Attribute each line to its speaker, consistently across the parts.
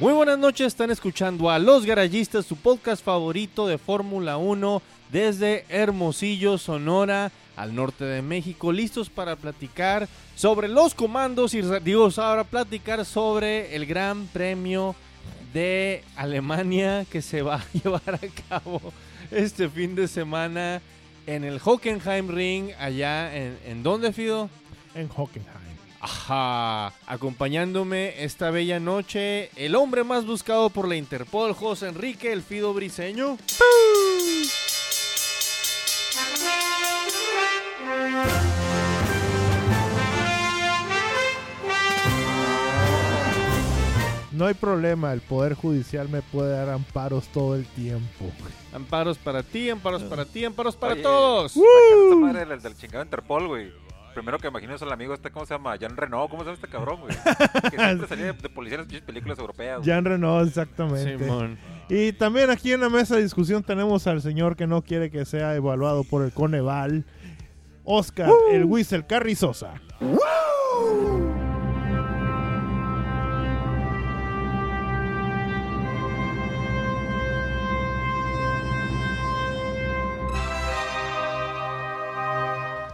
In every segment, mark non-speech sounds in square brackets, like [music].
Speaker 1: Muy buenas noches, están escuchando a Los Garayistas, su podcast favorito de Fórmula 1 desde Hermosillo, Sonora, al norte de México, listos para platicar sobre los comandos y digo, ahora platicar sobre el Gran Premio de Alemania que se va a [laughs] llevar a cabo este fin de semana en el Hockenheim Ring, allá en, ¿en dónde, Fido?
Speaker 2: En Hockenheim.
Speaker 1: Ajá, acompañándome esta bella noche, el hombre más buscado por la Interpol, José Enrique, el Fido Briseño.
Speaker 2: No hay problema, el Poder Judicial me puede dar amparos todo
Speaker 1: [laughs]
Speaker 2: el tiempo.
Speaker 1: Amparos para ti, amparos para ti, amparos para
Speaker 3: Oye,
Speaker 1: todos.
Speaker 3: Acá está madre del, del chingado Interpol, güey. Primero que imagino es el amigo este, ¿cómo se llama? Jan Renault, ¿cómo se llama este cabrón, güey? Que siempre salía de, de policía en las pinches películas europeas, güey.
Speaker 2: Jan Renault, exactamente.
Speaker 1: Simón.
Speaker 2: y también aquí en la mesa de discusión tenemos al señor que no quiere que sea evaluado por el Coneval, Oscar,
Speaker 1: ¡Uh!
Speaker 2: el Whistle Carrizosa.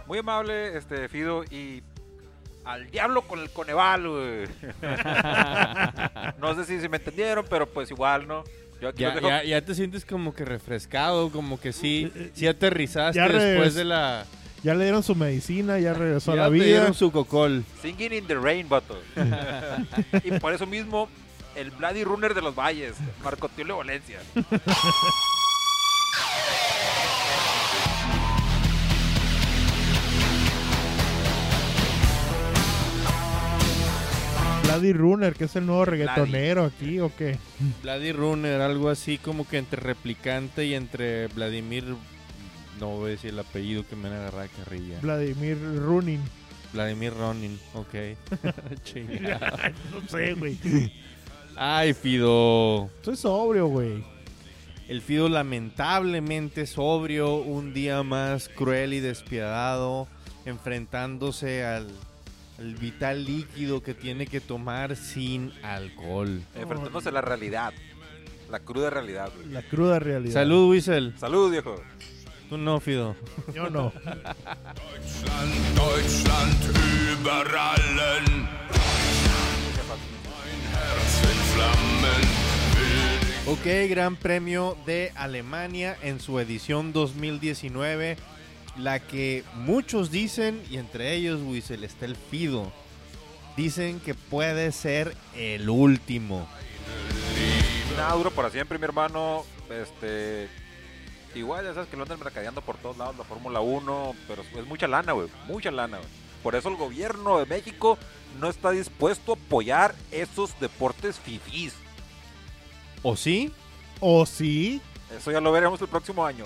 Speaker 3: Muy amable, este, Fido, y al diablo con el Coneval, güey. no sé si, si me entendieron, pero pues igual, ¿no? Yo aquí
Speaker 1: Ya,
Speaker 3: los dejo-
Speaker 1: ya- ya te sientes como que refrescado, como que sí,
Speaker 3: Eh,
Speaker 1: sí aterrizaste
Speaker 2: Ya regres-
Speaker 1: después de la...
Speaker 2: Ya le dieron su medicina, ya regresó a
Speaker 1: ya
Speaker 2: la
Speaker 1: te
Speaker 2: vida.
Speaker 1: dieron su cocol.
Speaker 3: Singing in the Rain, vato. y por eso mismo, el Bloody Runner de los Valles, Marco Tulio Valencia.
Speaker 2: Vladdy Runner, que es el nuevo reggaetonero aquí, ¿o qué?
Speaker 1: Bloody Runner, algo así como que entre replicante y entre Vladimir... No voy a decir el apellido que me van a agarrar a carrilla.
Speaker 2: Vladimir Runin.
Speaker 1: Vladimir Ronin, ok. [laughs] Chingado.
Speaker 2: No sé, güey.
Speaker 1: Ay, Fido.
Speaker 2: Soy sobrio, güey.
Speaker 1: El Fido lamentablemente sobrio, un día más cruel y despiadado, enfrentándose al, al vital líquido que tiene que tomar sin alcohol.
Speaker 3: Enfrentándose a la realidad. La cruda realidad, güey.
Speaker 2: La cruda realidad.
Speaker 1: Salud, Wiesel.
Speaker 3: Salud, viejo.
Speaker 1: Tú no, Fido.
Speaker 2: Yo no.
Speaker 4: Deutschland, Deutschland über allen. Mein Herz in Flammen will dich
Speaker 1: Ok, Gran Premio de Alemania en su edición 2019, la que muchos dicen, y entre ellos Wiesel está el Fido, dicen que puede ser el último.
Speaker 3: Nada duro para siempre, mi hermano. Este. Igual ya sabes que lo andan mercadeando por todos lados la Fórmula 1, pero es mucha lana, güey. Mucha lana, güey. Por eso el gobierno de México no está dispuesto a apoyar esos deportes fifís.
Speaker 1: ¿O sí?
Speaker 2: ¿O sí?
Speaker 3: Eso ya lo veremos el próximo año.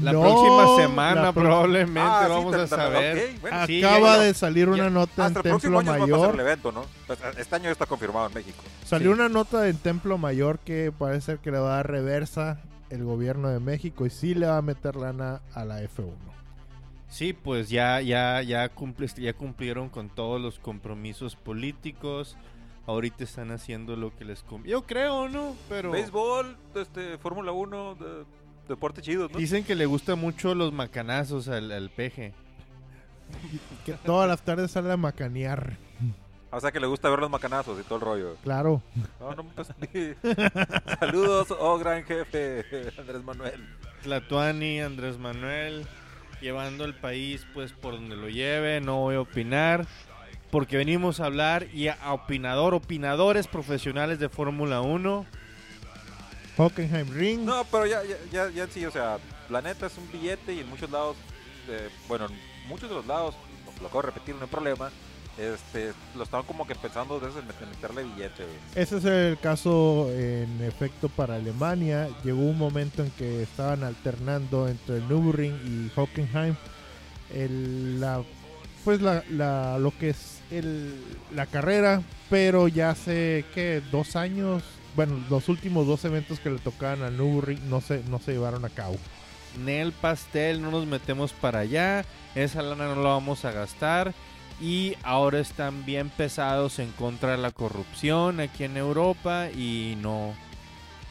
Speaker 1: La
Speaker 2: No,
Speaker 1: próxima semana
Speaker 2: la pro-
Speaker 1: probablemente
Speaker 3: Ah, sí,
Speaker 1: vamos
Speaker 3: tan-
Speaker 1: a
Speaker 3: tan-
Speaker 1: saber.
Speaker 3: ok, bueno.
Speaker 2: Acaba
Speaker 1: Sí, ya-
Speaker 2: de salir una
Speaker 3: Ya,
Speaker 2: nota en
Speaker 3: Hasta el próximo
Speaker 2: Templo
Speaker 3: año es cuando va a ser el
Speaker 2: Mayor.
Speaker 3: evento, ¿no? Pues, a- Este año ya está confirmado en México.
Speaker 2: Salió
Speaker 1: Sí.
Speaker 2: una nota en Templo Mayor que parece ser que le va a dar reversa el gobierno de México y sí le va a meter lana a la F1.
Speaker 1: Sí, pues ya, ya, ya, cumples- ya cumplieron con todos los compromisos políticos. Ahorita están haciendo lo que les conviene. Yo creo, ¿no? Pero
Speaker 3: Béisbol, este, Fórmula 1, de- deporte chido, ¿no?
Speaker 1: dicen que le gusta mucho los macanazos al, al peje.
Speaker 2: Que todas las tardes sale a macanear.
Speaker 3: O sea que le gusta ver los macanazos y todo el rollo.
Speaker 2: Claro.
Speaker 3: No, no me pasa ni- [laughs] Saludos, oh gran jefe, [laughs] Andrés Manuel.
Speaker 1: Tlatuani, Andrés Manuel, llevando el país pues por donde lo lleve, no voy a opinar, porque venimos a hablar y a, a opinador, opinadores profesionales de Fórmula 1.
Speaker 2: Hockenheim Ring.
Speaker 3: No, pero ya, ya, ya, ya en sí, o sea, la neta es un billete y en muchos lados, eh, bueno, en muchos de los lados, lo acabo de repetir, no hay problema. Este, lo estaban como que pensando de eso, en met- en meterle billete, güey.
Speaker 2: Ese es el caso en efecto para Alemania. Llegó un momento en que estaban alternando entre el Nürburgring y Hockenheim. El- la, pues la, la- lo que es el, la carrera, pero ya hace que dos años, bueno, los últimos dos eventos que le tocaban al Nürburgring no se, no se llevaron a cabo.
Speaker 1: Nel pastel, no nos metemos para allá, esa lana no la vamos a gastar. y ahora están bien pesados en contra de la corrupción aquí en Europa y no,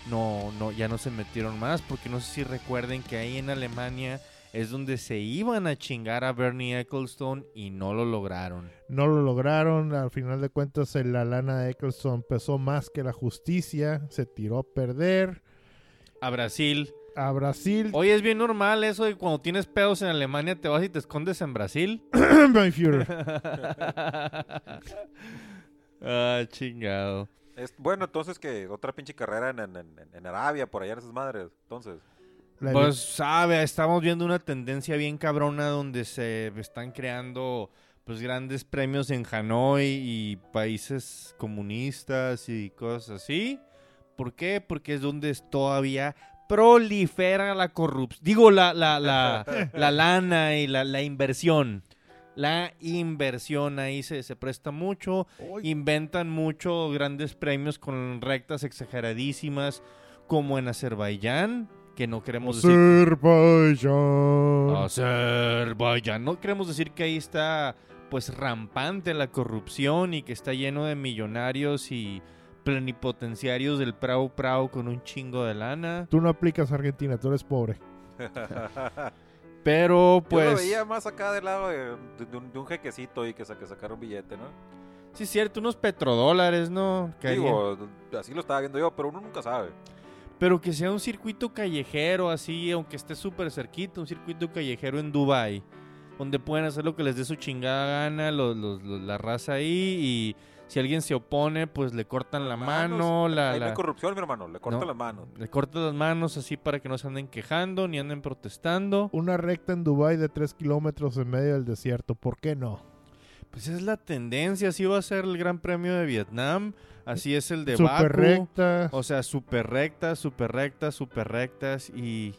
Speaker 1: no, no, ya no se metieron más porque no sé si recuerden que ahí en Alemania es donde se iban a chingar a Bernie Ecclestone y no lo lograron.
Speaker 2: No lo lograron, al final de cuentas eh, la lana de Eccleston pesó más que la justicia, se tiró a perder.
Speaker 1: A Brasil.
Speaker 2: A Brasil,
Speaker 1: Hoy es bien normal eso de cuando tienes pedos en Alemania te vas y te escondes en Brasil.
Speaker 2: [laughs] Mein Führer.
Speaker 1: [laughs] ah, chingado.
Speaker 3: Es- bueno, entonces que otra pinche carrera en, en- en- en Arabia, por allá en esas madres. Entonces, [laughs]
Speaker 2: La
Speaker 1: Pues sabe, estamos viendo una tendencia bien cabrona donde se están creando pues grandes premios en Hanoi y países comunistas y cosas así. ¿Por qué? Porque es donde es- todavía prolifera la corrupción. Digo, la, la, la, la lana y la, la inversión. La inversión ahí se, se presta mucho. Inventan mucho grandes premios con rectas exageradísimas como en Azerbaiyán, que no queremos decir
Speaker 2: Azerbaiyán.
Speaker 1: Azerbaiyán. No queremos decir que ahí está pues rampante la corrupción y que está lleno de millonarios y plenipotenciarios del Prau Prau con un chingo de lana.
Speaker 2: Tú no aplicas a Argentina, tú eres pobre.
Speaker 1: Pero
Speaker 3: yo lo
Speaker 1: pues
Speaker 3: veía más acá del lado de, de- de un, de un jequecito y que, sa- que sacar un billete, ¿no?
Speaker 1: sí es cierto, unos petrodólares, ¿no? Caerían.
Speaker 3: Digo, así lo estaba viendo yo, pero uno nunca sabe.
Speaker 1: Pero que sea un circuito callejero así, aunque esté súper cerquita, un circuito callejero en Dubai, donde pueden hacer lo que les dé su chingada gana, los- los- los- la raza ahí y si alguien se opone, pues le cortan la mano, la,
Speaker 3: Ahí no
Speaker 1: la-
Speaker 3: hay corrupción, mi hermano. Le corta
Speaker 1: No.
Speaker 3: las manos.
Speaker 1: le cortan las manos así para que no se anden quejando ni anden protestando.
Speaker 2: Una recta en Dubai de 3 kilómetros en medio del desierto, ¿por qué no?
Speaker 1: Pues es la tendencia, así va a ser el Gran Premio de Vietnam, así es el de
Speaker 2: Super
Speaker 1: Baku.
Speaker 2: recta.
Speaker 1: O sea, súper rectas, súper rectas, súper rectas y...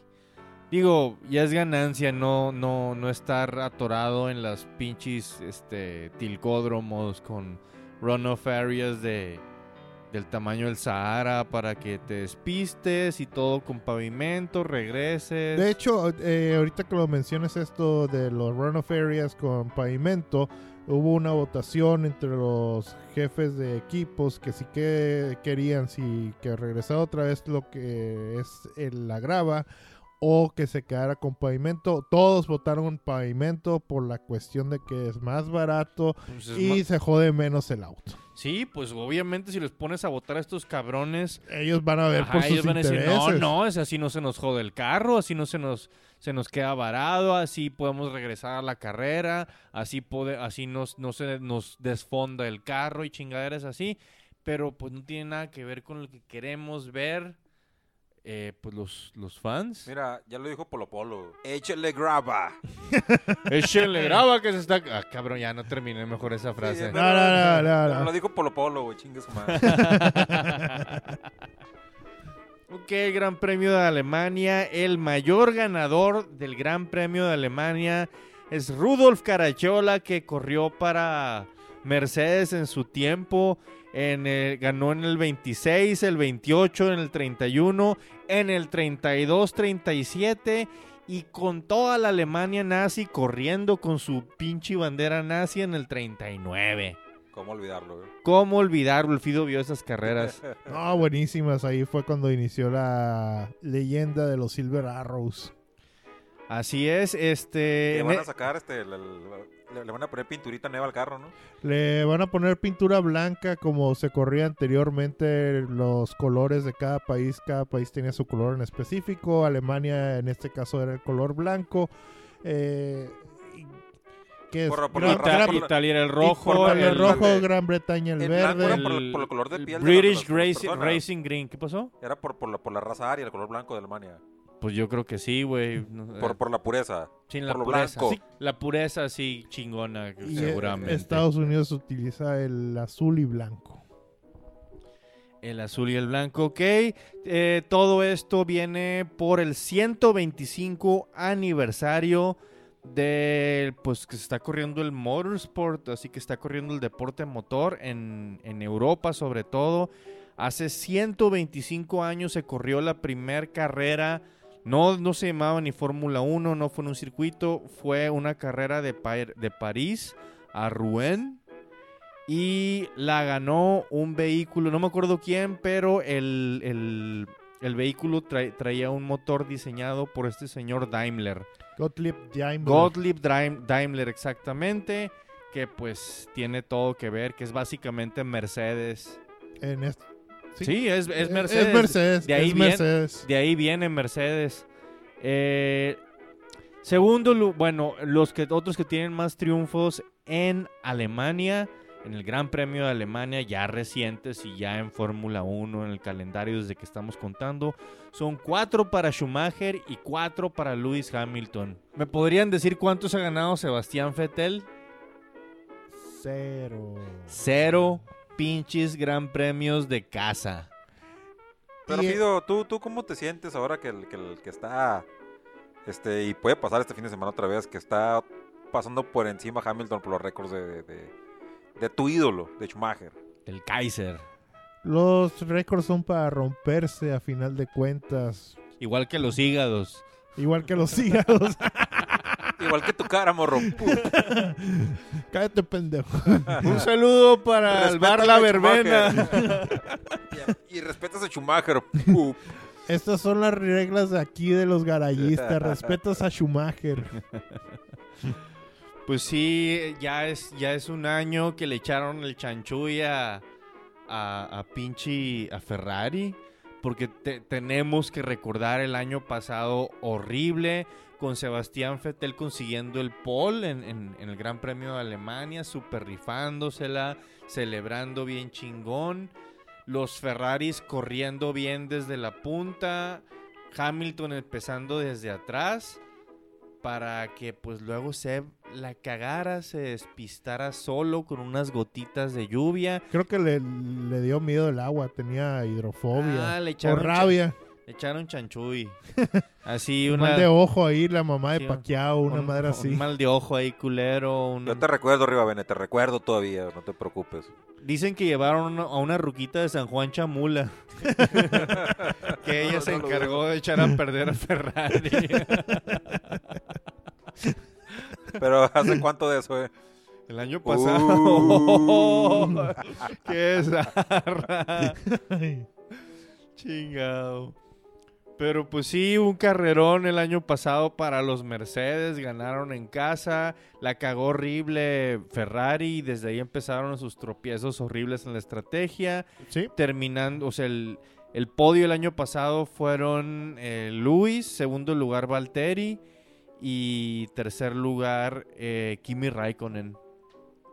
Speaker 1: Digo, ya es ganancia no, no, no estar atorado en las pinches este, tilcódromos con runoff areas de, del tamaño del Sahara para que te despistes y todo con pavimento, regreses.
Speaker 2: De hecho, eh, ahorita que lo mencionas esto de los runoff areas con pavimento, hubo una votación entre los jefes de equipos que sí que querían si que regresara otra vez lo que es el- la grava o que se quedara con pavimento. Todos votaron pavimento por la cuestión de que es más barato
Speaker 1: Pues es
Speaker 2: y
Speaker 1: ma-
Speaker 2: se jode menos el auto.
Speaker 1: Sí, pues obviamente si les pones a votar a estos cabrones
Speaker 2: Ellos van a ver
Speaker 1: Ajá,
Speaker 2: por sus
Speaker 1: ellos van a decir,
Speaker 2: intereses.
Speaker 1: no, no, es así no se nos jode el carro, así no se nos, se nos queda varado, así podemos regresar a la carrera, así, pode- así nos, no se nos desfonda el carro y chingaderas así, pero pues no tiene nada que ver con lo que queremos ver eh, pues los, los fans.
Speaker 3: Mira, ya lo dijo Polo Polo. Échale graba.
Speaker 1: [laughs] Échenle graba que se está... Ah, cabrón, ya no terminé mejor esa frase.
Speaker 3: [laughs] Sí,
Speaker 2: No, no, no, no,
Speaker 3: Pero
Speaker 2: no.
Speaker 3: Lo dijo Polo Polo, güey. Chingue su madre.
Speaker 1: [laughs] Ok, el Gran Premio de Alemania. El mayor ganador del Gran Premio de Alemania es Rudolf Caracciola, que corrió para Mercedes en su tiempo. En el- ganó en el 26, el 28, en el 31, en el 32, 37. Y con toda la Alemania nazi corriendo con su pinche bandera nazi en el 39.
Speaker 3: ¿Cómo olvidarlo, güey?
Speaker 1: ¿Cómo olvidar? Ulfido vio esas carreras.
Speaker 2: No, buenísimas. Ahí fue cuando inició la leyenda de los Silver Arrows.
Speaker 1: Así es, este.
Speaker 3: Le
Speaker 1: en
Speaker 3: van
Speaker 1: e-
Speaker 3: a sacar, este, le, le- le- le van a poner pinturita neva al carro, ¿no?
Speaker 2: Le van a poner pintura blanca como se corría anteriormente los colores de cada país. Cada país tenía su color en específico. Alemania en este caso era el color blanco. Eh, y- ¿Qué es?
Speaker 3: Por- por
Speaker 2: Gran-
Speaker 3: la raza,
Speaker 1: Italia,
Speaker 2: Gran-
Speaker 3: por la-
Speaker 1: Italia era el rojo,
Speaker 2: Italia
Speaker 3: el
Speaker 2: el rojo,
Speaker 3: verde.
Speaker 2: Gran Bretaña el,
Speaker 3: El blanco
Speaker 2: verde.
Speaker 3: era por el- por el color de piel de la- de
Speaker 1: British
Speaker 3: las- de las
Speaker 1: Graci-
Speaker 3: personas.
Speaker 1: Racing Green, ¿qué pasó?
Speaker 3: Era por, por, la, por la raza aria, el color blanco de Alemania.
Speaker 1: Pues yo creo que sí, güey. No, eh,
Speaker 3: Por, por la pureza.
Speaker 1: sin la
Speaker 3: por lo
Speaker 1: pureza.
Speaker 3: blanco.
Speaker 1: Sí, la pureza sí chingona,
Speaker 2: Y eh,
Speaker 1: seguramente.
Speaker 2: Estados Unidos utiliza el azul y blanco.
Speaker 1: El azul y el blanco, ok. Eh, todo esto viene por el 125 aniversario del, pues que se está corriendo el motorsport, así que está corriendo el deporte motor en, en Europa sobre todo. Hace 125 años se corrió la primer carrera, no, no se llamaba ni Fórmula 1, no fue en un circuito, fue una carrera de, Par- de París a Rubén. Y la ganó un vehículo, no me acuerdo quién, pero el, el- el vehículo tra- traía un motor diseñado por este señor Daimler.
Speaker 2: Gottlieb Daimler.
Speaker 1: Gottlieb Daim- Daimler, exactamente. Que pues tiene todo que ver, que es básicamente Mercedes.
Speaker 2: en est- Eh,
Speaker 1: Sí, es, es Mercedes.
Speaker 2: Es Mercedes.
Speaker 1: De ahí
Speaker 2: es
Speaker 1: viene-
Speaker 2: Mercedes.
Speaker 1: De ahí viene Mercedes. Eh, segundo, lu- bueno, los que, otros que tienen más triunfos en Alemania, en el Gran Premio de Alemania, ya recientes y ya en Fórmula 1, en el calendario desde que estamos contando, son cuatro para Schumacher y cuatro para Lewis Hamilton. ¿Me podrían decir cuántos ha ganado Sebastián Vettel?
Speaker 2: Cero.
Speaker 1: Cero pinches Gran Premios de casa.
Speaker 3: Pero
Speaker 2: Y-
Speaker 1: eh
Speaker 3: Fido, ¿tú, ¿tú cómo te sientes ahora que el que, el que está, este, y puede pasar este fin de semana otra vez, que está pasando por encima Hamilton por los récords de, de- de- de tu ídolo, de Schumacher?
Speaker 1: El Kaiser.
Speaker 2: Los récords son para romperse a final de cuentas.
Speaker 1: Igual que los hígados.
Speaker 2: Igual que los [laughs] hígados.
Speaker 3: Igual que tu cara, morro. Puta.
Speaker 2: Cállate, pendejo.
Speaker 1: Un saludo para el bar La Verbena.
Speaker 3: y, y respetas a Schumacher. pup.
Speaker 2: Estas son las reglas de aquí de los garayistas. Respetas a Schumacher.
Speaker 1: Pues sí, ya es, ya es un año que le echaron el chanchuy a, a, a pinche a Ferrari. Porque te- tenemos que recordar el año pasado horrible con Sebastián Vettel consiguiendo el pole en, en- en el Gran Premio de Alemania, super rifándosela, celebrando bien chingón. Los Ferraris corriendo bien desde la punta. Hamilton empezando desde atrás para que pues luego Seb la cagara, se despistara solo con unas gotitas de lluvia.
Speaker 2: Creo que le, le dio miedo el agua. Tenía hidrofobia.
Speaker 1: Ah, le
Speaker 2: o
Speaker 1: echaron, chan-
Speaker 2: rabia.
Speaker 1: le echaron
Speaker 2: [laughs]
Speaker 1: chanchuy. Así
Speaker 2: Un
Speaker 1: una,
Speaker 2: mal de ojo ahí, la mamá de
Speaker 1: Sí, un-
Speaker 2: Paquiao, una
Speaker 1: un-
Speaker 2: madre
Speaker 1: un [laughs]
Speaker 2: así.
Speaker 1: mal de ojo ahí culero. un-
Speaker 3: Yo te recuerdo, Rivabene, te recuerdo todavía, no te preocupes.
Speaker 1: Dicen que llevaron a una ruquita de San Juan
Speaker 3: [laughs]
Speaker 1: Chamula. que ella
Speaker 3: No,
Speaker 1: se
Speaker 3: no lo
Speaker 1: encargó de echar a perder a Ferrari.
Speaker 3: [laughs] Pero ¿hace cuánto de eso, eh?
Speaker 1: El año pasado.
Speaker 3: Uh.
Speaker 1: [laughs] ¡Qué zarra!
Speaker 2: Ay,
Speaker 1: Chingado. Pero pues sí, un carrerón el año pasado para los Mercedes, ganaron en casa, la cagó horrible Ferrari, y desde ahí empezaron sus tropiezos horribles en la estrategia,
Speaker 2: [laughs] Sí,
Speaker 1: terminando, o sea, el, el podio el año pasado fueron eh, Luis, segundo lugar Valtteri y tercer lugar eh, Kimi Raikkonen.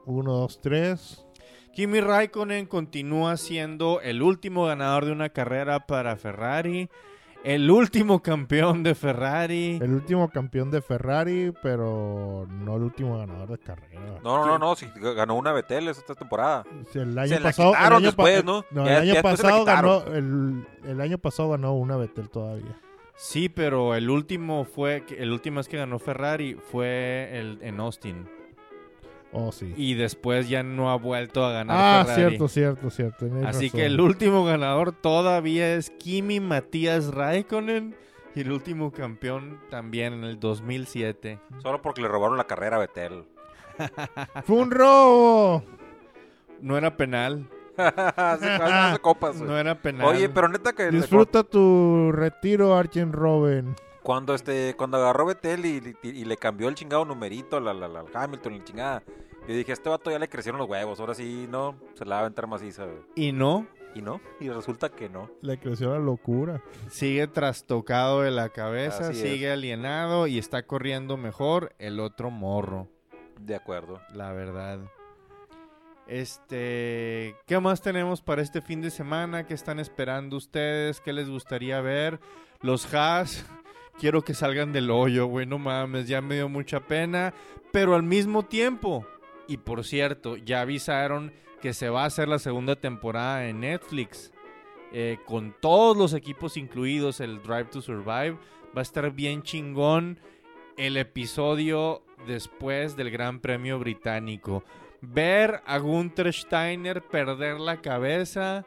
Speaker 2: uno, dos, tres.
Speaker 1: Kimi Raikkonen continúa siendo el último ganador de una carrera para Ferrari, el último campeón de Ferrari.
Speaker 2: El último campeón de Ferrari, pero no el último ganador de carrera.
Speaker 3: No, no, no, no, sí, ganó una Betel esta temporada.
Speaker 2: Sí, El año
Speaker 3: Se la
Speaker 2: pasado, el
Speaker 3: quitaron
Speaker 2: año pa-
Speaker 3: después, ¿no?
Speaker 2: No,
Speaker 3: Ya-
Speaker 2: el año
Speaker 3: ya después se la
Speaker 2: pasado ganó,
Speaker 3: quitaron.
Speaker 2: el, el año pasado ganó una Betel todavía.
Speaker 1: Sí, pero el último fue el último es que ganó Ferrari fue el, en Austin
Speaker 2: Oh, sí.
Speaker 1: y después ya no ha vuelto a ganar
Speaker 2: Ah,
Speaker 1: Ferrari.
Speaker 2: cierto, cierto, cierto. tenés
Speaker 1: Así
Speaker 2: razón.
Speaker 1: que el último ganador todavía es Kimi Matías Raikkonen y el último campeón también en el 2007.
Speaker 3: Solo porque le robaron la carrera a Betel. [laughs]
Speaker 2: ¡Fue un robo!
Speaker 1: No era penal, [laughs]
Speaker 3: hace, hace copas, güey.
Speaker 1: no era penal.
Speaker 3: Oye, pero neta que
Speaker 2: Disfruta tu retiro, Archen Robin.
Speaker 3: cuando este cuando agarró Betel y, y- y le cambió el chingado numerito al, al- al- al Hamilton, la chingada. Yo dije, a este vato ya le crecieron los huevos, ahora sí no, se la va a aventar maciza, güey.
Speaker 1: y no
Speaker 3: Y no, y resulta que no.
Speaker 2: Le creció la locura.
Speaker 1: Sigue trastocado de la cabeza,
Speaker 3: Así es.
Speaker 1: sigue alienado y está corriendo mejor el otro morro,
Speaker 3: De acuerdo.
Speaker 1: la verdad. Este, ¿qué más tenemos para este fin de semana? ¿Qué están esperando ustedes? ¿Qué les gustaría ver? Los Haas, [laughs] quiero que salgan del hoyo, güey, no mames, ya me dio mucha pena, pero al mismo tiempo, y por cierto, ya avisaron que se va a hacer la segunda temporada de Netflix. eh, con todos los equipos incluidos, el Drive to Survive. Va a estar bien chingón el episodio después del Gran Premio Británico. Ver a Gunther Steiner perder la cabeza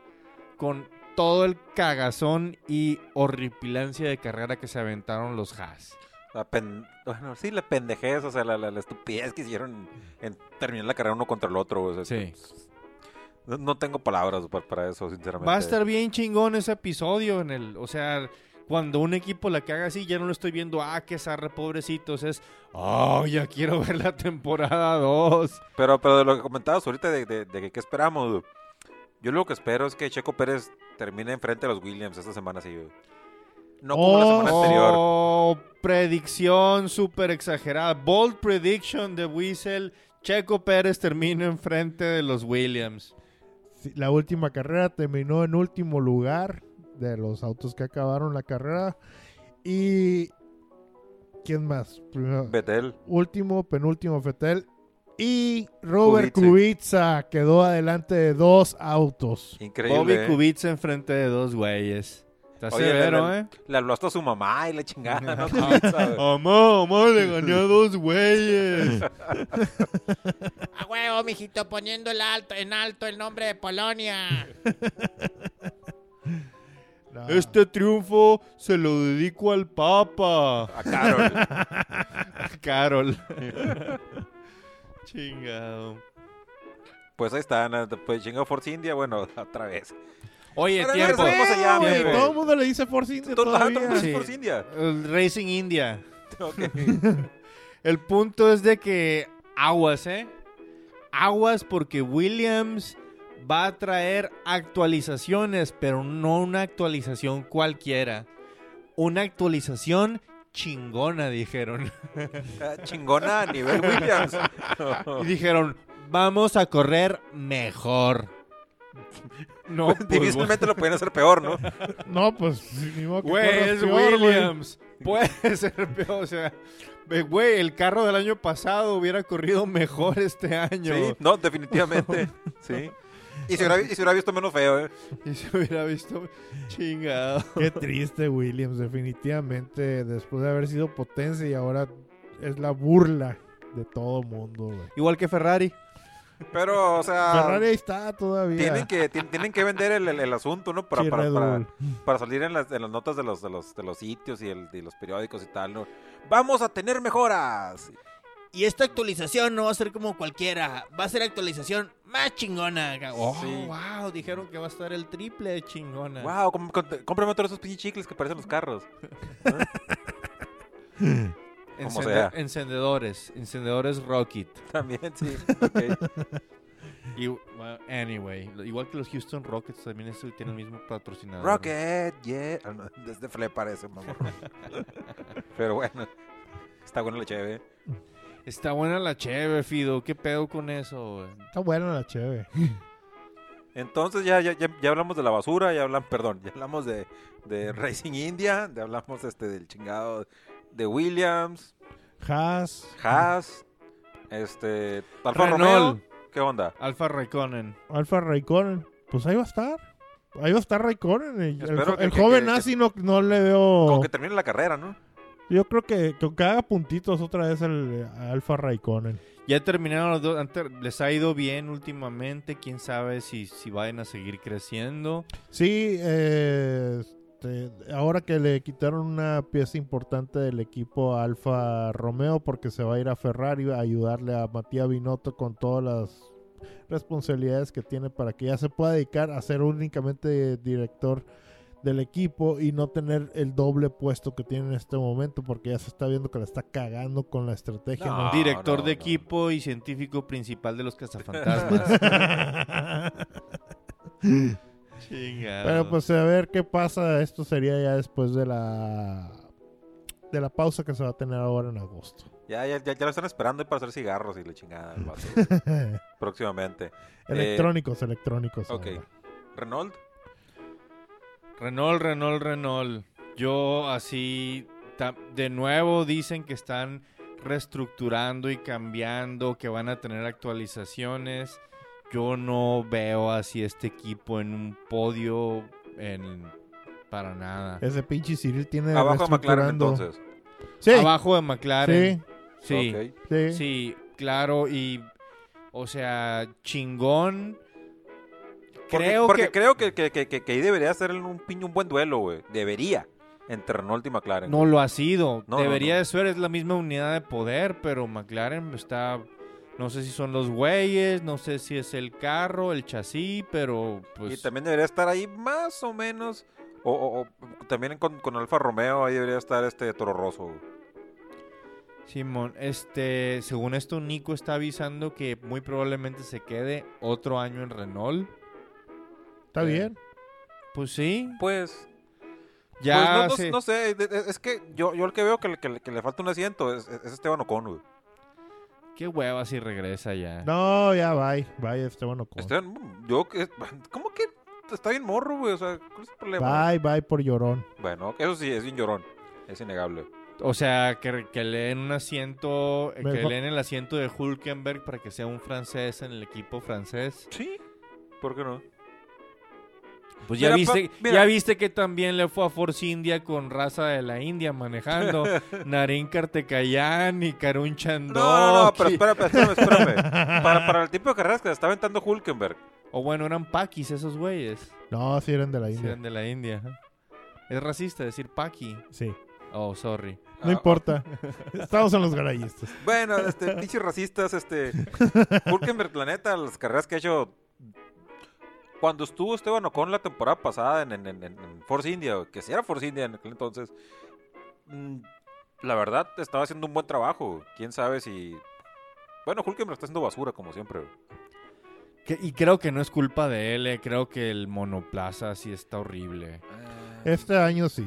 Speaker 1: con todo el cagazón y horripilancia de carrera que se aventaron los Haas.
Speaker 3: La pen- Bueno, sí, la pendejez, o sea, la, la- la estupidez que hicieron en terminar la carrera uno contra el otro. o sea,
Speaker 1: Sí.
Speaker 3: no, no tengo palabras pa- para, eso, sinceramente.
Speaker 1: Va a estar bien chingón ese episodio en el, o sea, cuando un equipo la caga así, ya no lo estoy viendo, ah, qué zarra, pobrecitos, es, oh, ya quiero ver la temporada 2.
Speaker 3: Pero, pero de lo que comentabas ahorita de, de, de que qué esperamos, güey. yo lo que espero es que Checo Pérez termine enfrente de los Williams esta semana, sí. güey. No como la
Speaker 2: Oh,
Speaker 3: semana anterior.
Speaker 1: Oh, predicción súper exagerada, bold prediction de Weasel, Checo Pérez termina enfrente de los Williams.
Speaker 2: Sí, La última carrera terminó en último lugar de los autos que acabaron la carrera. Y. ¿Quién más? Primero-
Speaker 3: Betel.
Speaker 2: último, penúltimo Fetel. Y Robert
Speaker 3: Kubica.
Speaker 2: Kubica quedó adelante de dos autos.
Speaker 1: Bobby
Speaker 3: Increíble. ¿eh?
Speaker 1: Kubica enfrente de dos güeyes. Está
Speaker 3: Oye,
Speaker 1: severo,
Speaker 3: el-
Speaker 1: ¿eh?
Speaker 3: Le habló hasta a su mamá y
Speaker 1: [laughs]
Speaker 3: la chingada, ¿no? Kubica, güey.
Speaker 1: Amá, amá, le gané a dos [laughs] güeyes.
Speaker 5: A huevo, mijito, poniendo el alto, en alto el nombre de Polonia.
Speaker 2: No,
Speaker 1: Este triunfo se lo dedico al Papa.
Speaker 3: A Carol.
Speaker 1: [laughs] Carol. [laughs] Chingado.
Speaker 3: Pues ahí están, ah, pues chingado Force India, bueno, otra vez.
Speaker 1: Oye,
Speaker 3: Pero
Speaker 1: tiempo.
Speaker 3: regresamos
Speaker 2: Sí,
Speaker 3: allá,
Speaker 2: güey,
Speaker 3: güey.
Speaker 2: todo el mundo le dice Force
Speaker 3: [laughs]
Speaker 2: India
Speaker 3: Todo- ah, todo
Speaker 2: todavía.
Speaker 3: es
Speaker 1: Sí.
Speaker 3: Force India.
Speaker 1: El Racing [laughs] India.
Speaker 3: Ok.
Speaker 1: El punto es de que aguas, ¿eh? Aguas porque Williams va a traer actualizaciones, pero no una actualización cualquiera. Una actualización chingona, dijeron. [laughs]
Speaker 3: Ah, Chingona a nivel Williams.
Speaker 1: Y dijeron, vamos a correr mejor. [laughs] No, [laughs] pues,
Speaker 3: Difícilmente lo pueden hacer peor,
Speaker 1: [laughs]
Speaker 3: ¿no?
Speaker 2: No, pues ni modo que
Speaker 1: Güey,
Speaker 2: corras
Speaker 1: es
Speaker 2: peor, güey.
Speaker 1: Williams. [laughs] Puede ser peor. O sea, ve, güey, el carro del año pasado hubiera corrido mejor este año.
Speaker 3: Sí, no, definitivamente. Sí. Y se hubiera, y se hubiera visto menos feo, ¿eh?
Speaker 1: Y se hubiera visto chingado.
Speaker 2: Qué triste Williams, definitivamente. Después de haber sido potencia y ahora es la burla de todo mundo. güey.
Speaker 1: Igual que Ferrari.
Speaker 3: Pero, o sea,
Speaker 2: Ferrari ahí está todavía.
Speaker 3: Ah, tienen que, ti- tienen que vender el, el- el asunto, ¿no? Para,
Speaker 2: Sí,
Speaker 3: para,
Speaker 2: Red
Speaker 3: para,
Speaker 2: Bull.
Speaker 3: para salir en las, en las notas de los, de los, de los sitios y, el, y los periódicos y tal, ¿no? Vamos a tener mejoras.
Speaker 5: Y esta actualización no va a ser como cualquiera, va a ser actualización más chingona.
Speaker 1: Oh,
Speaker 3: Sí.
Speaker 1: wow. Dijeron que va a estar el triple de chingona.
Speaker 3: Wow, com- con- cómprame todos esos pinches chicles que parecen los carros. [laughs] Como sea.
Speaker 1: Encendedores. Encendedores Rocket.
Speaker 3: También, sí. ok.
Speaker 1: Y, bueno, anyway. lo- Igual que los Houston Rockets también es- tienen el mismo patrocinador. ¿no?
Speaker 3: Rocket, yeah. Ah, no, [laughs] Desde Fle parece, mamá. [laughs] Pero bueno, está bueno la chévere.
Speaker 1: Está buena la cheve, Fido. ¿Qué pedo con eso? güey?
Speaker 2: Está buena la cheve.
Speaker 3: Entonces ya, ya, ya, ya hablamos de la basura, ya hablamos, perdón, ya hablamos de, [laughs] de Racing India, ya hablamos este del chingado de Williams,
Speaker 2: Haas.
Speaker 3: Haas, este, Alfa
Speaker 1: Renault.
Speaker 3: Romeo. ¿Qué onda?
Speaker 1: Alfa Reconen.
Speaker 2: Alfa Raikkonen. Pues ahí va a estar. Ahí va a estar Raikkonen. El, el
Speaker 3: Espero
Speaker 2: jo-
Speaker 3: que-
Speaker 2: el
Speaker 3: que-
Speaker 2: joven
Speaker 3: que-
Speaker 2: nazi no, no le
Speaker 3: Con
Speaker 2: veo.
Speaker 3: que termine la carrera, ¿no?
Speaker 2: Yo creo que con que haga puntitos otra vez el eh, Alfa Raikkonen.
Speaker 1: Ya terminaron los dos. antes- les ha ido bien últimamente. Quién sabe si, si vayan a seguir creciendo.
Speaker 2: Sí, eh, este, ahora que le quitaron una pieza importante del equipo a Alfa Romeo porque se va a ir a Ferrari a ayudarle a Matías Binotto con todas las responsabilidades que tiene para que ya se pueda dedicar a ser únicamente director del equipo y no tener el doble puesto que tiene en este momento porque ya se está viendo que la está cagando con la estrategia.
Speaker 3: No. Ah,
Speaker 1: Director
Speaker 3: no,
Speaker 1: de
Speaker 3: no.
Speaker 1: equipo y científico principal de los
Speaker 3: [laughs]
Speaker 1: cazafantasmas.
Speaker 2: [laughs]
Speaker 1: Chingado.
Speaker 2: Pero pues a ver qué pasa. Esto sería ya después de la de la pausa que se va a tener ahora en agosto.
Speaker 3: Ya, ya, ya, ya lo están esperando para hacer cigarros y la chingada. el vato.
Speaker 1: [laughs]
Speaker 3: Próximamente.
Speaker 2: electrónicos, electrónicos.
Speaker 3: Eh, Ok.
Speaker 2: ahora.
Speaker 3: Renault,
Speaker 1: Renault, Renault, Renault. Yo así. ta- De nuevo dicen que están reestructurando y cambiando, que van a tener actualizaciones. Yo no veo así este equipo en un podio en, para nada.
Speaker 2: Ese pinche Cyril
Speaker 1: Eh,
Speaker 2: tiene
Speaker 3: abajo de McLaren
Speaker 2: reestructurando.
Speaker 3: entonces.
Speaker 2: Sí,
Speaker 1: Abajo de McLaren. Sí.
Speaker 3: Ok.
Speaker 2: sí, sí.
Speaker 1: Sí, claro, y o sea, chingón.
Speaker 3: Porque-
Speaker 1: Creo
Speaker 3: porque
Speaker 1: que
Speaker 3: creo que, que, que, que- que ahí debería ser un, piño- un buen duelo, güey. Debería. entre Renault y McLaren.
Speaker 1: No lo ha sido.
Speaker 3: No, no,
Speaker 1: Debería
Speaker 3: no.
Speaker 1: de ser, es la misma unidad de poder, pero McLaren está. No sé si son los güeyes, no sé si es el carro, el chasis, pero pues.
Speaker 3: Y también debería estar ahí más o menos. O, o- o también con, con Alfa Romeo ahí debería estar este Toro Rosso. güey.
Speaker 1: Simón, este, según esto, Nico está avisando que muy probablemente se quede otro año en Renault.
Speaker 2: Está
Speaker 1: Eh,
Speaker 2: bien.
Speaker 1: Pues sí,
Speaker 3: Pues, pues
Speaker 1: ya
Speaker 3: no, no-
Speaker 1: se-
Speaker 3: no sé, de- de- es que yo, yo el que veo que, le- que le- que le falta un asiento es, es Esteban Ocon, güey.
Speaker 1: Oh. Qué hueva si regresa ya.
Speaker 2: No, ya, bye. Bye, Esteban Ocon.
Speaker 3: Esteban, mm, yo que... [laughs] ¿Cómo que está bien morro, güey? O sea, ¿cuál es el problema?
Speaker 2: Bye, bye por llorón.
Speaker 3: Bueno, eso sí, es bien llorón. Es innegable.
Speaker 1: O sea, que, que le den un asiento, eh, que
Speaker 2: Mejor-
Speaker 1: le den el asiento de Hulkenberg para que sea un francés en el equipo francés.
Speaker 3: Sí. ¿Por qué no?
Speaker 1: Pues
Speaker 3: Mira,
Speaker 1: ya
Speaker 3: pa-
Speaker 1: viste,
Speaker 3: mira.
Speaker 1: ya viste que también le fue a Force India con raza de la India
Speaker 3: [laughs]
Speaker 1: manejando. Narin Kartekayán y Karun
Speaker 3: No,
Speaker 1: Chandok.
Speaker 3: no, no, pero
Speaker 1: y-
Speaker 3: espérame, espérame, espérame.
Speaker 2: [laughs]
Speaker 3: para, para el tipo de carreras que se está aventando Hulkenberg.
Speaker 1: O bueno, eran Pakis esos güeyes.
Speaker 2: No, si eran de la
Speaker 1: Sí,
Speaker 2: India.
Speaker 1: eran de la India. ajá. Es racista decir Paki.
Speaker 2: Sí.
Speaker 1: Oh, sorry.
Speaker 2: No
Speaker 3: Ah, [laughs]
Speaker 2: importa. Estamos en los garayistas.
Speaker 3: Bueno, este, pinches racistas,
Speaker 2: [laughs]
Speaker 3: este. Hulkenberg, la neta, las carreras que ha hecho. Cuando estuvo Esteban Ocon la temporada pasada en, en- en- en- en Force India, güey, que si era Force India en aquel entonces, mm, la verdad estaba haciendo un buen trabajo. güey. Quién sabe si. Bueno, Hulkenberg está haciendo basura, como siempre. güey.
Speaker 1: Que- y creo que no es culpa de él. eh, Creo que el monoplaza sí está horrible.
Speaker 2: Este año sí.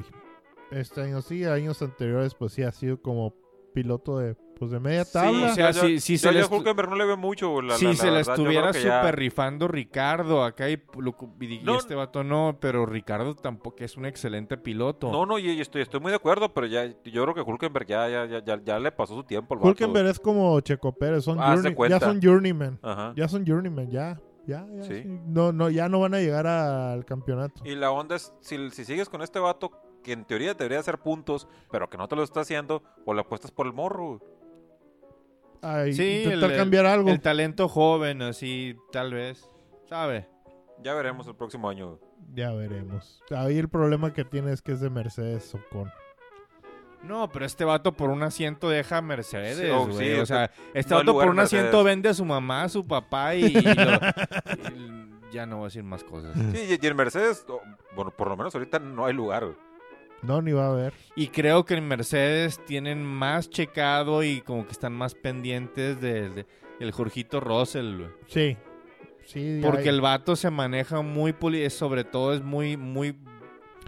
Speaker 2: Este año sí. Años anteriores, pues sí ha sido como piloto de, pues, de media
Speaker 3: Sí,
Speaker 2: tabla.
Speaker 1: o sea,
Speaker 3: yo-
Speaker 1: si- si
Speaker 3: yo
Speaker 1: se
Speaker 3: ya
Speaker 1: le
Speaker 3: a
Speaker 1: estu-
Speaker 3: Hulkenberg no le veo mucho. güey, La,
Speaker 1: si
Speaker 3: la-
Speaker 1: se
Speaker 3: la
Speaker 1: le
Speaker 3: verdad, yo creo
Speaker 1: estuviera
Speaker 3: que
Speaker 1: super
Speaker 3: ya-
Speaker 1: rifando Ricardo acá y, lo- y
Speaker 3: No.
Speaker 1: este vato no, pero Ricardo tampoco es un excelente piloto.
Speaker 3: No, no, y, y estoy, estoy muy de acuerdo, pero ya, yo creo que Hulkenberg ya, ya, ya, ya, ya le pasó su tiempo al vato,
Speaker 2: Hulkenberg es como Checo Pérez. Son
Speaker 1: Ah,
Speaker 3: Haz de
Speaker 2: journey-
Speaker 3: cuenta.
Speaker 2: ya son journeyman.
Speaker 3: güey. Ajá.
Speaker 2: Ya son journeyman, ya. Ya, ya.
Speaker 3: Sí.
Speaker 2: sí. No, no, ya no van a llegar al campeonato.
Speaker 3: Y la onda es, si, si sigues con este vato, que en teoría debería hacer puntos, pero que no te lo está haciendo, o le apuestas por el morro. güey.
Speaker 2: Ay,
Speaker 1: Sí,
Speaker 2: intentar
Speaker 1: el-
Speaker 2: cambiar algo.
Speaker 1: El talento joven, así, tal vez. ¿Sabe?
Speaker 3: Ya veremos el próximo año. güey.
Speaker 2: Ya veremos. Ahí el problema que tiene es que es de Mercedes Ocon.
Speaker 1: No, pero este vato por un asiento deja a Mercedes,
Speaker 3: Sí, oh,
Speaker 1: güey.
Speaker 3: sí,
Speaker 1: o sea, este
Speaker 3: no hay
Speaker 1: vato por
Speaker 3: lugar en
Speaker 1: un asiento
Speaker 3: Mercedes.
Speaker 1: vende a su mamá, a su papá y... y lo- y- ya no voy a decir más cosas.
Speaker 3: Sí, y, y en Mercedes, o- bueno, por lo menos ahorita no hay lugar. güey.
Speaker 2: No, ni va a haber.
Speaker 1: Y creo que en Mercedes tienen más checado y como que están más pendientes del de, del Jorgito Russell, güey.
Speaker 2: Sí. Sí,
Speaker 1: Porque
Speaker 2: ya-
Speaker 1: el vato se maneja muy poli, es- sobre todo es muy, muy
Speaker 2: Tiene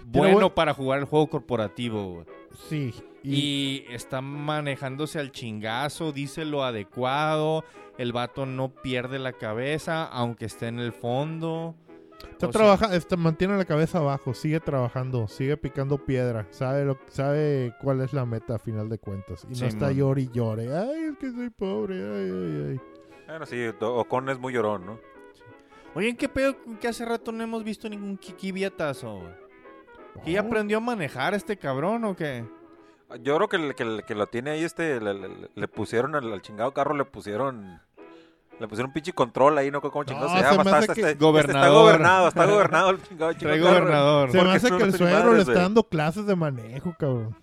Speaker 1: bueno
Speaker 2: buen-
Speaker 1: para jugar el juego corporativo. güey.
Speaker 2: Sí. Y,
Speaker 1: Y, está manejándose al chingazo, dice lo adecuado, el vato no pierde la cabeza, aunque esté en el fondo.
Speaker 2: está
Speaker 1: o sea-
Speaker 2: trabaja, está- mantiene la cabeza abajo, sigue trabajando, sigue picando piedra, sabe lo, sabe cuál es la meta a final de cuentas. Y no
Speaker 1: Sí,
Speaker 2: está
Speaker 1: mon.
Speaker 2: llore y llore. Ay, es que soy pobre, ay, ay, ay.
Speaker 3: Bueno, sí, Do- Ocon es muy llorón, ¿no?
Speaker 1: Oye, ¿en qué pedo con que hace rato no hemos visto ningún Kiki Viatazo? güey? ¿Que ya
Speaker 2: No.
Speaker 1: aprendió a manejar este cabrón o qué?
Speaker 3: Yo creo que, el- que, el que lo tiene ahí, este, le, le- le pusieron al, al chingado carro, le pusieron... Le pusieron pinche control ahí, no cómo chingado
Speaker 2: No,
Speaker 3: se
Speaker 2: se
Speaker 3: llama.
Speaker 2: me
Speaker 3: Está,
Speaker 2: hace
Speaker 3: está-
Speaker 2: que-
Speaker 3: está- este está
Speaker 1: Gobernador.
Speaker 3: gobernado, está gobernado el chingado. chingado
Speaker 1: Trae
Speaker 3: carro.
Speaker 1: gobernador.
Speaker 2: Se me
Speaker 3: Porque
Speaker 2: hace
Speaker 3: son
Speaker 2: que el
Speaker 3: unos
Speaker 2: suegro le
Speaker 3: animales,
Speaker 2: está
Speaker 3: güey.
Speaker 2: dando clases de manejo, cabrón.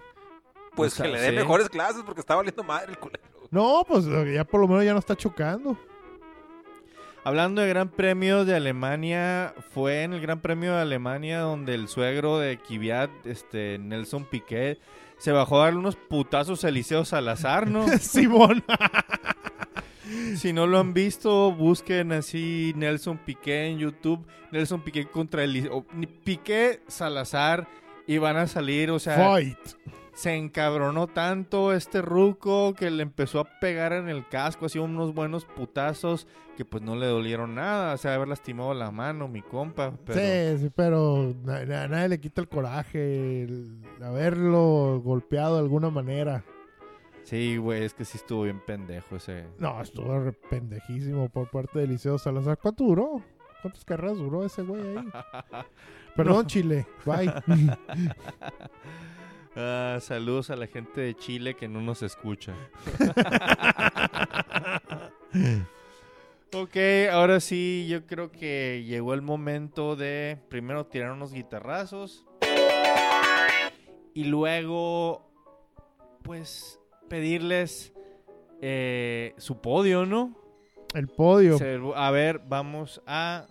Speaker 3: Pues
Speaker 1: O sea,
Speaker 3: que le dé
Speaker 1: sí.
Speaker 3: mejores clases porque está valiendo madre el culero.
Speaker 2: No, pues ya por lo menos ya no está chocando. [laughs]
Speaker 1: Hablando de Gran Premio de Alemania, fue en el Gran Premio de Alemania donde el suegro de Kvyat, este Nelson Piquet, se bajó a dar unos putazos a Eliseo Salazar, [laughs] ¿no?
Speaker 2: Simón.
Speaker 1: si no lo han visto, busquen así Nelson Piquet en YouTube, Nelson Piquet contra Eliseo Piquet Salazar y van a salir, o sea,
Speaker 2: Fight.
Speaker 1: se encabronó tanto este ruco que le empezó a pegar en el casco, así unos buenos putazos que pues no le dolieron nada, o sea, haber lastimado la mano, mi compa, pero
Speaker 2: Sí, sí, pero na- na- nadie le quita el coraje, el haberlo golpeado de alguna manera.
Speaker 1: sí, güey, es que sí estuvo bien pendejo ese.
Speaker 2: No, estuvo re- pendejísimo por parte de Liceo Salazar. ¿Cuánto duró? ¿Cuántas carreras duró ese güey ahí? Perdón, Chile. Bye.
Speaker 1: Ah, saludos a la gente de Chile que no nos escucha. [laughs] ok, ahora sí, yo creo que llegó el momento de primero tirar unos guitarrazos y luego, pues, pedirles eh, su podio, ¿no?
Speaker 2: El podio.
Speaker 1: Se- a ver, vamos a...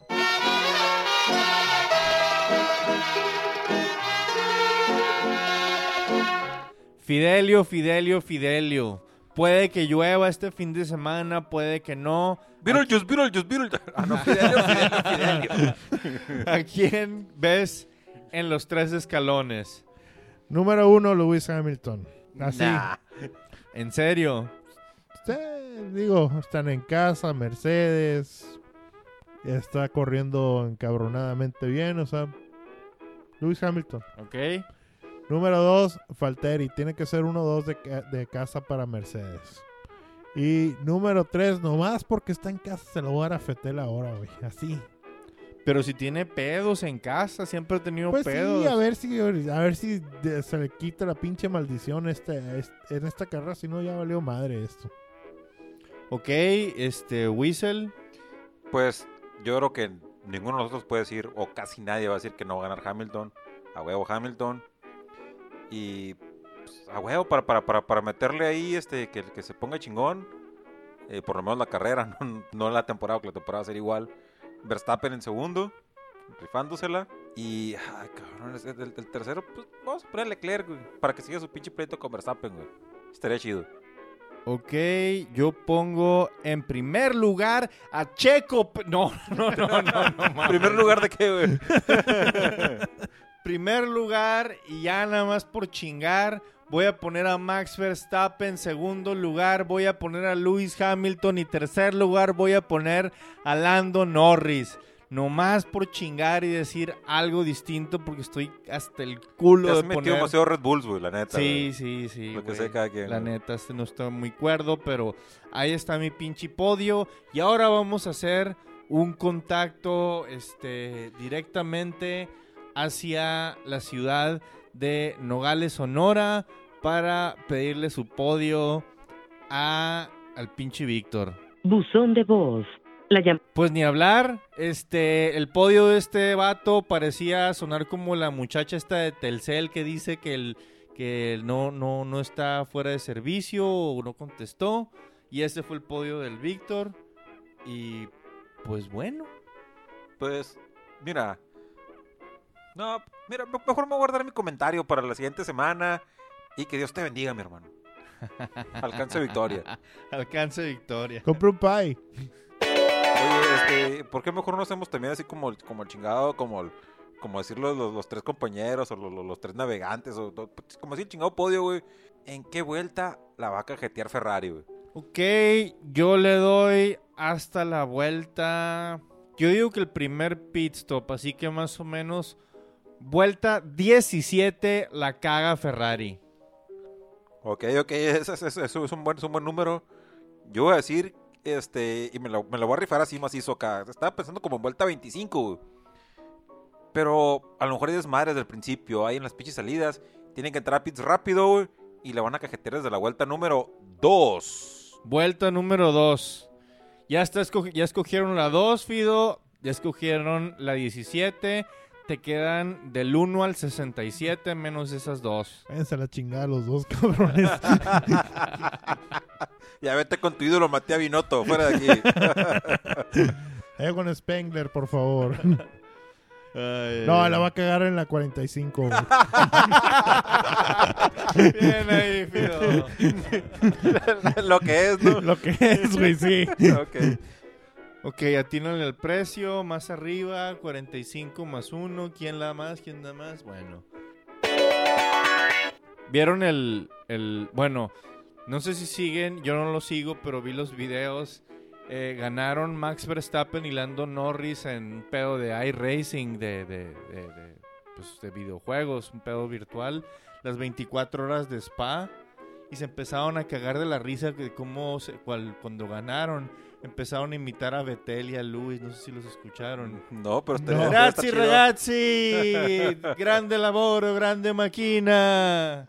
Speaker 1: Fidelio, Fidelio, Fidelio. Puede que llueva este fin de semana, puede que no.
Speaker 2: [laughs]
Speaker 3: Beetlejuice, Beetlejuice, Beetlejuice. Ah, no, Fidelio, Fidelio, Fidelio.
Speaker 1: ¿A quién ves en los tres escalones?
Speaker 2: Número uno, Lewis Hamilton. Así.
Speaker 3: Nah.
Speaker 1: ¿En serio?
Speaker 2: Sí, digo, están en casa, Mercedes. Está corriendo encabronadamente bien, o sea. Lewis Hamilton.
Speaker 1: ¿Ok?
Speaker 2: Número 2, Falteri. Tiene que ser 1-2 de, ca- de casa para Mercedes. Y número 3, nomás porque está en casa, se lo voy a dar a Fetel ahora, güey. Así.
Speaker 1: Pero si tiene pedos en casa, siempre ha tenido
Speaker 2: Pues
Speaker 1: pedos.
Speaker 2: sí, a ver si, a ver si de- se le quita la pinche maldición este, este- en esta carrera. Si no, ya valió madre esto.
Speaker 1: Ok, este, Whistle.
Speaker 3: Pues yo creo que ninguno de nosotros puede decir, o casi nadie va a decir que no va a ganar Hamilton. A huevo Hamilton. Y pues, a huevo para, para, para, para meterle ahí este que, que se ponga chingón. eh, por lo menos la carrera, [laughs] no, no la temporada, que la temporada va a ser igual. Verstappen en segundo, rifándosela. Y, ay, cabrón, es- el, el tercero, pues vamos a poner a Leclerc, güey, para que siga su pinche pleito con Verstappen, güey. Estaría chido.
Speaker 1: Ok, yo pongo en primer lugar a Checo. P- No, [laughs] no, no, no, no. mames.
Speaker 3: ¿Primer lugar de
Speaker 1: [laughs]
Speaker 3: qué, güey?
Speaker 1: Primer lugar y ya nada más por chingar. Voy a poner a Max Verstappen. Segundo lugar voy a poner a Lewis Hamilton. Y tercer lugar voy a poner a Lando Norris. Nomás por chingar y decir algo distinto porque estoy hasta el
Speaker 3: Ya
Speaker 1: culo
Speaker 3: se
Speaker 1: de
Speaker 3: metió
Speaker 1: poner...
Speaker 3: demasiado Red Bulls, güey, la neta.
Speaker 1: Sí,
Speaker 3: güey.
Speaker 1: sí, sí.
Speaker 3: Lo que
Speaker 1: güey.
Speaker 3: sea cada quien,
Speaker 1: La
Speaker 3: güey.
Speaker 1: neta, este no estoy muy cuerdo, pero ahí está mi pinche podio. Y ahora vamos a hacer un contacto este, directamente hacia la ciudad de Nogales, Sonora, para pedirle su podio a, al pinche Víctor.
Speaker 6: Buzón de voz. La llam-
Speaker 1: Pues ni hablar, este, el podio de este vato parecía sonar como la muchacha esta de Telcel que dice que el que el no no no está fuera de servicio o no contestó y ese fue el podio del Víctor y pues bueno,
Speaker 3: Pues, mira. No, mira, me- mejor me voy a guardar mi comentario para la siguiente semana. Y que Dios te bendiga, mi hermano.
Speaker 1: [laughs]
Speaker 3: Alcance victoria.
Speaker 1: alcance victoria.
Speaker 2: Compré un pie.
Speaker 3: Oye, este, ¿por qué mejor no hacemos también así como, el- como el chingado, como el- como decirlo los, los tres compañeros o lo- lo- los, tres navegantes? o to- pues, Como así el chingado podio, güey. ¿En qué vuelta la va a cajetear Ferrari, güey?
Speaker 1: Ok, yo le doy hasta la vuelta. Yo digo que el primer pit stop, así que más o menos vuelta 17 la caga Ferrari.
Speaker 3: Ok, ok, eso es, es- es un, buen, es un buen número. Yo voy a decir, este, y me lo, me lo voy a rifar así macizo acá. Estaba pensando como en vuelta 25, güey. Pero a lo mejor hay desmadres del principio, ahí en las pinches salidas. Tienen que entrar a pits rápido, güey, y la van a cajetear desde la vuelta número 2.
Speaker 1: Vuelta número 2. Ya, está escogi- ya escogieron la 2, Fido. Ya escogieron la 17. Te quedan del 1 al 67 menos esas dos.
Speaker 2: Váyanse a la chingada los dos [laughs] cabrones.
Speaker 3: Ya vete con tu ídolo, Matías Binotto, fuera de
Speaker 2: [laughs]
Speaker 3: aquí.
Speaker 2: Allá Eh, con Spengler, por
Speaker 3: [laughs]
Speaker 2: favor.
Speaker 3: Eh.
Speaker 2: No, la va a cagar en la 45.
Speaker 3: [laughs]
Speaker 2: güey.
Speaker 1: Bien ahí, Fido.
Speaker 3: lo que es,
Speaker 2: [laughs]
Speaker 3: ¿no?
Speaker 2: Lo que es, güey, sí.
Speaker 3: Ok.
Speaker 1: Ok, atínale el precio. Más arriba, 45 más 1. ¿Quién la más? ¿Quién da más? Bueno. ¿Vieron el, el- Bueno, no sé si siguen. Yo no lo sigo, pero vi los videos. Eh, ganaron Max Verstappen y Lando Norris en un pedo de iRacing, de, de, de, de, pues, de videojuegos, un pedo virtual. Las 24 horas de spa. Y se empezaron a cagar de la risa de cómo se- cual- cuando ganaron empezaron a imitar a Betel y a Luis, no sé si los escucharon.
Speaker 3: No, pero está,
Speaker 2: No.
Speaker 3: pero está
Speaker 1: Grazie
Speaker 3: chido.
Speaker 1: ragazzi, grande lavoro, grande máquina.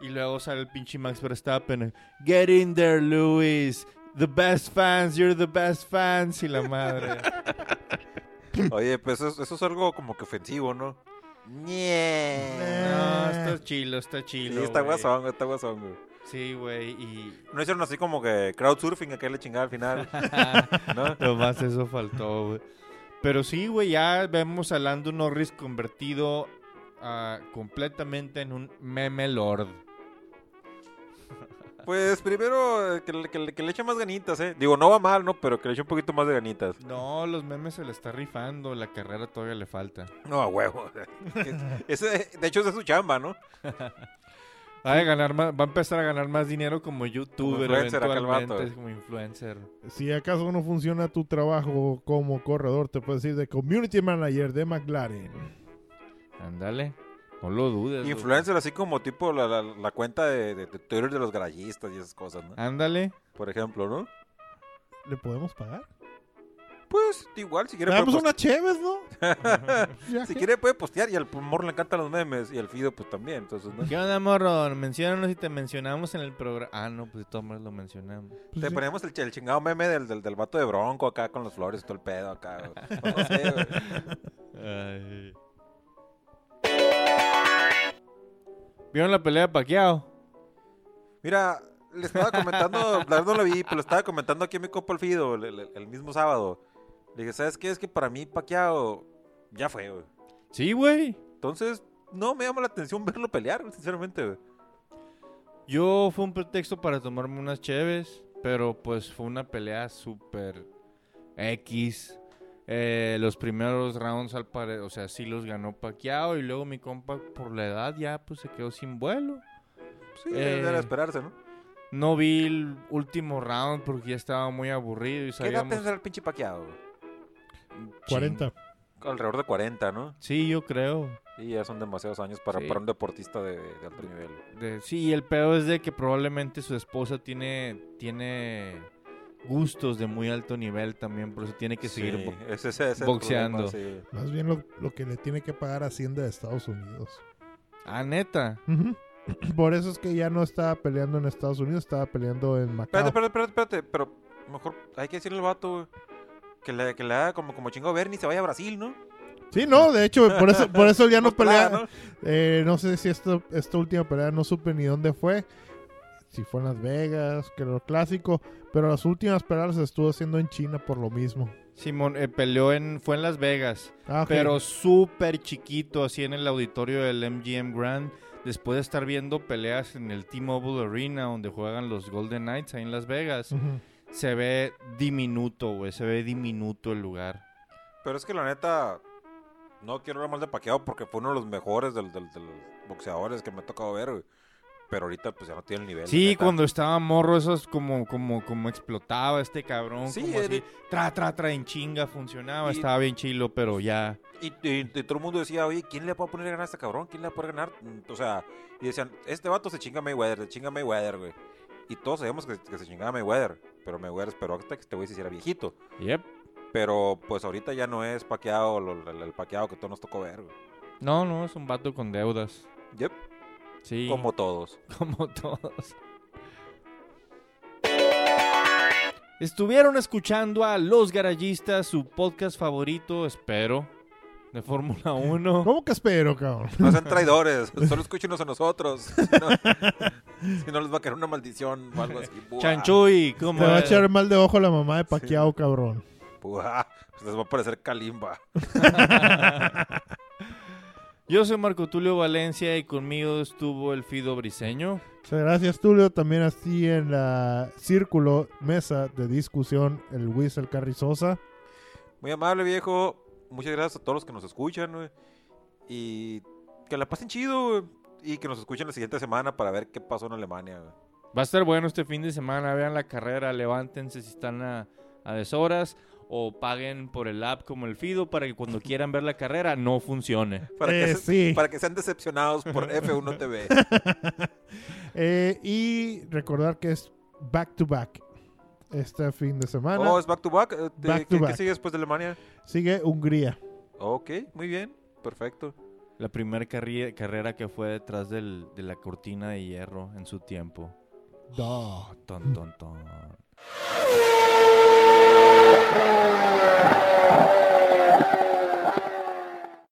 Speaker 1: Y luego sale el pinche Max Verstappen. Get in there, Luis. The best fans, you're the best fans. Y la madre.
Speaker 3: Oye, pues eso, eso es algo como que ofensivo, ¿no? Ñe.
Speaker 1: No, está chilo, está
Speaker 3: Sí,
Speaker 1: chilo.
Speaker 3: está
Speaker 1: güey.
Speaker 3: guasón, güey, está guasón, güey.
Speaker 1: Sí, güey, y
Speaker 3: No hicieron así como que crowdsurfing, aquel le chingada al [laughs] final, ¿no?
Speaker 1: ah, nomás eso faltó, güey. Pero sí, güey, ya vemos a Lando Norris convertido ah, completamente en un meme lord.
Speaker 3: Pues primero eh, que, le- que le- que le eche más ganitas, ¿eh? Digo, no va mal, ¿no? Pero que le eche un poquito más de ganitas.
Speaker 1: No, los memes se le está rifando, la carrera todavía le falta.
Speaker 3: No, a huevo. [laughs] Ese, de hecho, esa es su chamba, ¿no?
Speaker 1: Va a, ganar más- va a empezar a ganar más dinero como youtuber
Speaker 3: influencer acá el vato,
Speaker 1: eventualmente,
Speaker 3: güey.
Speaker 1: como influencer.
Speaker 2: Si acaso no funciona tu trabajo como corredor, te puedes decir de community manager de McLaren.
Speaker 1: Ándale, no lo dudes. güey.
Speaker 3: Influencer, así como tipo la, la- la cuenta de, de- de Twitter de los garayistas y esas cosas, ¿no?
Speaker 1: Ándale.
Speaker 3: Por ejemplo, ¿no?
Speaker 2: ¿Le podemos pagar? Ah,
Speaker 3: Pues igual, si quiere,
Speaker 2: Le
Speaker 3: puede,
Speaker 2: damos
Speaker 3: post-
Speaker 2: una chévez, ¿no? Ya
Speaker 3: [laughs] si
Speaker 2: que-
Speaker 3: quiere puede postear. Y al humor le encantan los memes. Y al Fido, pues también. Entonces, ¿no?
Speaker 1: ¿Qué onda, morro? Menciónanos si te mencionamos en el programa. Ah, no, pues de todas maneras lo mencionamos.
Speaker 2: pues
Speaker 3: Te
Speaker 2: sí.
Speaker 3: ponemos el, ch- el chingado meme del, del, del vato de Bronco acá con las flores y todo el pedo acá.
Speaker 1: [laughs]
Speaker 3: güey. Pues No sé, güey.
Speaker 1: Ay. ¿Vieron la pelea de Paquiao?
Speaker 3: Mira, le estaba comentando, la verdad no lo vi, pero le estaba comentando aquí a mi copa el Fido el, el- el mismo sábado. Le dije, ¿sabes qué? Es que para mí Paquiao ya fue, güey.
Speaker 1: Sí, güey.
Speaker 3: Entonces, no me llama la atención verlo pelear, güey, sinceramente, güey.
Speaker 1: Yo fue un pretexto para tomarme unas cheves, pero pues fue una pelea súper X. Eh, los primeros rounds al pare- o sea, sí los ganó Paquiao y luego mi compa por la edad ya pues se quedó sin vuelo.
Speaker 3: Sí,
Speaker 1: Eh,
Speaker 3: era de esperarse, ¿no?
Speaker 1: No vi el último round porque ya estaba muy aburrido y
Speaker 3: ¿Qué edad
Speaker 1: sabíamos...
Speaker 3: tendrá el pinche Paquiao? güey?
Speaker 2: 40.
Speaker 3: Alrededor de 40, ¿no?
Speaker 1: Sí, yo creo.
Speaker 3: Y ya son demasiados años para,
Speaker 1: Sí.
Speaker 3: para un deportista de, de alto nivel. güey.
Speaker 1: De- sí, el peor es de que probablemente su esposa tiene, tiene gustos de muy alto nivel también, por eso tiene que seguir.
Speaker 3: Sí,
Speaker 1: bo-
Speaker 3: ese- ese es el
Speaker 1: boxeando.
Speaker 3: problema, sí.
Speaker 2: Más bien lo, lo que le tiene que pagar Hacienda de Estados Unidos.
Speaker 1: Ah, neta.
Speaker 2: Ujú. [clears throat] Por eso es que ya no estaba peleando en Estados Unidos, estaba peleando en Macao.
Speaker 3: Espérate, espérate, espérate, espérate, pero mejor hay que decirle al vato, güey, que le, que le haga como, como chingo Bernie y se vaya a Brasil, ¿no?
Speaker 2: Sí, no, de hecho, por eso, por eso
Speaker 3: [laughs]
Speaker 2: ya no
Speaker 3: Nos plaga,
Speaker 2: pelea. Eh, no sé si esto, esta última pelea no supe ni dónde fue. Si fue en Las Vegas, que lo clásico. Pero las últimas peleas las estuvo haciendo en China por lo mismo.
Speaker 1: Simón eh, peleó en, fue en Las Vegas,
Speaker 2: Ah, ok.
Speaker 1: pero súper chiquito, así en el auditorio del MGM Grand. Después de estar viendo peleas en el T-Mobile Arena, donde juegan los Golden Knights ahí en Las Vegas,
Speaker 2: Ujú.
Speaker 1: se ve diminuto, güey, se ve diminuto el lugar.
Speaker 3: Pero es que la neta, no quiero hablar mal de Paqueado porque fue uno de los mejores del, del- de los boxeadores que me ha tocado ver, güey. Pero ahorita pues ya no tiene el nivel. la
Speaker 1: Sí,
Speaker 3: neta.
Speaker 1: cuando estaba morro, eso es como, como, como explotaba este cabrón.
Speaker 3: Sí,
Speaker 1: como
Speaker 3: era-
Speaker 1: así, tra, tra, tra, en chinga, funcionaba,
Speaker 3: Y-
Speaker 1: estaba bien chilo, pero ya.
Speaker 3: Y, y- y todo el mundo decía, oye, ¿quién le puede poner a ganar a este cabrón? ¿Quién le puede ganar? Mm, O sea, y decían, este vato se chinga a Mayweather, se chinga a Mayweather, güey. Y todos sabíamos que, que se chingaba a Mayweather. Pero Mayweather esperó hasta que este güey se hiciera viejito.
Speaker 1: Yep.
Speaker 3: Pero pues ahorita ya no es paqueado lo- el, el paqueado que todos nos tocó ver, güey.
Speaker 1: No, no, es un vato con deudas.
Speaker 3: Yep,
Speaker 1: Sí.
Speaker 3: como todos.
Speaker 1: como [laughs] todos. Estuvieron escuchando a Los Garallistas, su podcast favorito, espero, de Fórmula 1.
Speaker 2: ¿Cómo que espero, cabrón?
Speaker 3: No sean traidores, solo escúchenos a nosotros. [laughs] Si no, si no les va a caer una maldición o algo así. Buah,
Speaker 1: Chanchuy,
Speaker 2: Te
Speaker 1: ¿cómo
Speaker 2: va a
Speaker 1: es?
Speaker 2: echar mal de ojo la mamá de Paquiao, cabrón.
Speaker 3: buah, Pues, les va a parecer calimba.
Speaker 1: [laughs] Yo soy Marco Tulio Valencia y conmigo estuvo el Fido Briseño.
Speaker 2: Muchas gracias, Tulio. También así en la círculo, mesa de discusión, el Whistle Carrizosa.
Speaker 3: Muy amable, viejo. Muchas gracias a todos los que nos escuchan, güey. Y que la pasen chido, güey. Y que nos escuchen la siguiente semana para ver qué pasó en Alemania, güey.
Speaker 1: Va a estar bueno este fin de semana. Vean la carrera, levántense si están a, a deshoras o paguen por el app como el Fido para que cuando quieran ver la carrera no funcione.
Speaker 3: Para,
Speaker 2: Eh,
Speaker 3: que, se-
Speaker 2: sí.
Speaker 3: para que sean
Speaker 2: [laughs]
Speaker 3: decepcionados por F1 TV.
Speaker 2: Eh, y recordar que es back to back este fin de semana.
Speaker 3: Oh, es back to back. Eh, te-
Speaker 2: Back to
Speaker 3: ¿qué-
Speaker 2: back.
Speaker 3: ¿Qué sigue después de Alemania?
Speaker 2: Sigue Hungría.
Speaker 3: Ok, muy bien. Perfecto.
Speaker 1: La primera carri- carrera que fue detrás del- de la cortina de hierro en su tiempo.
Speaker 2: Duh.
Speaker 1: Ton, ton, ton.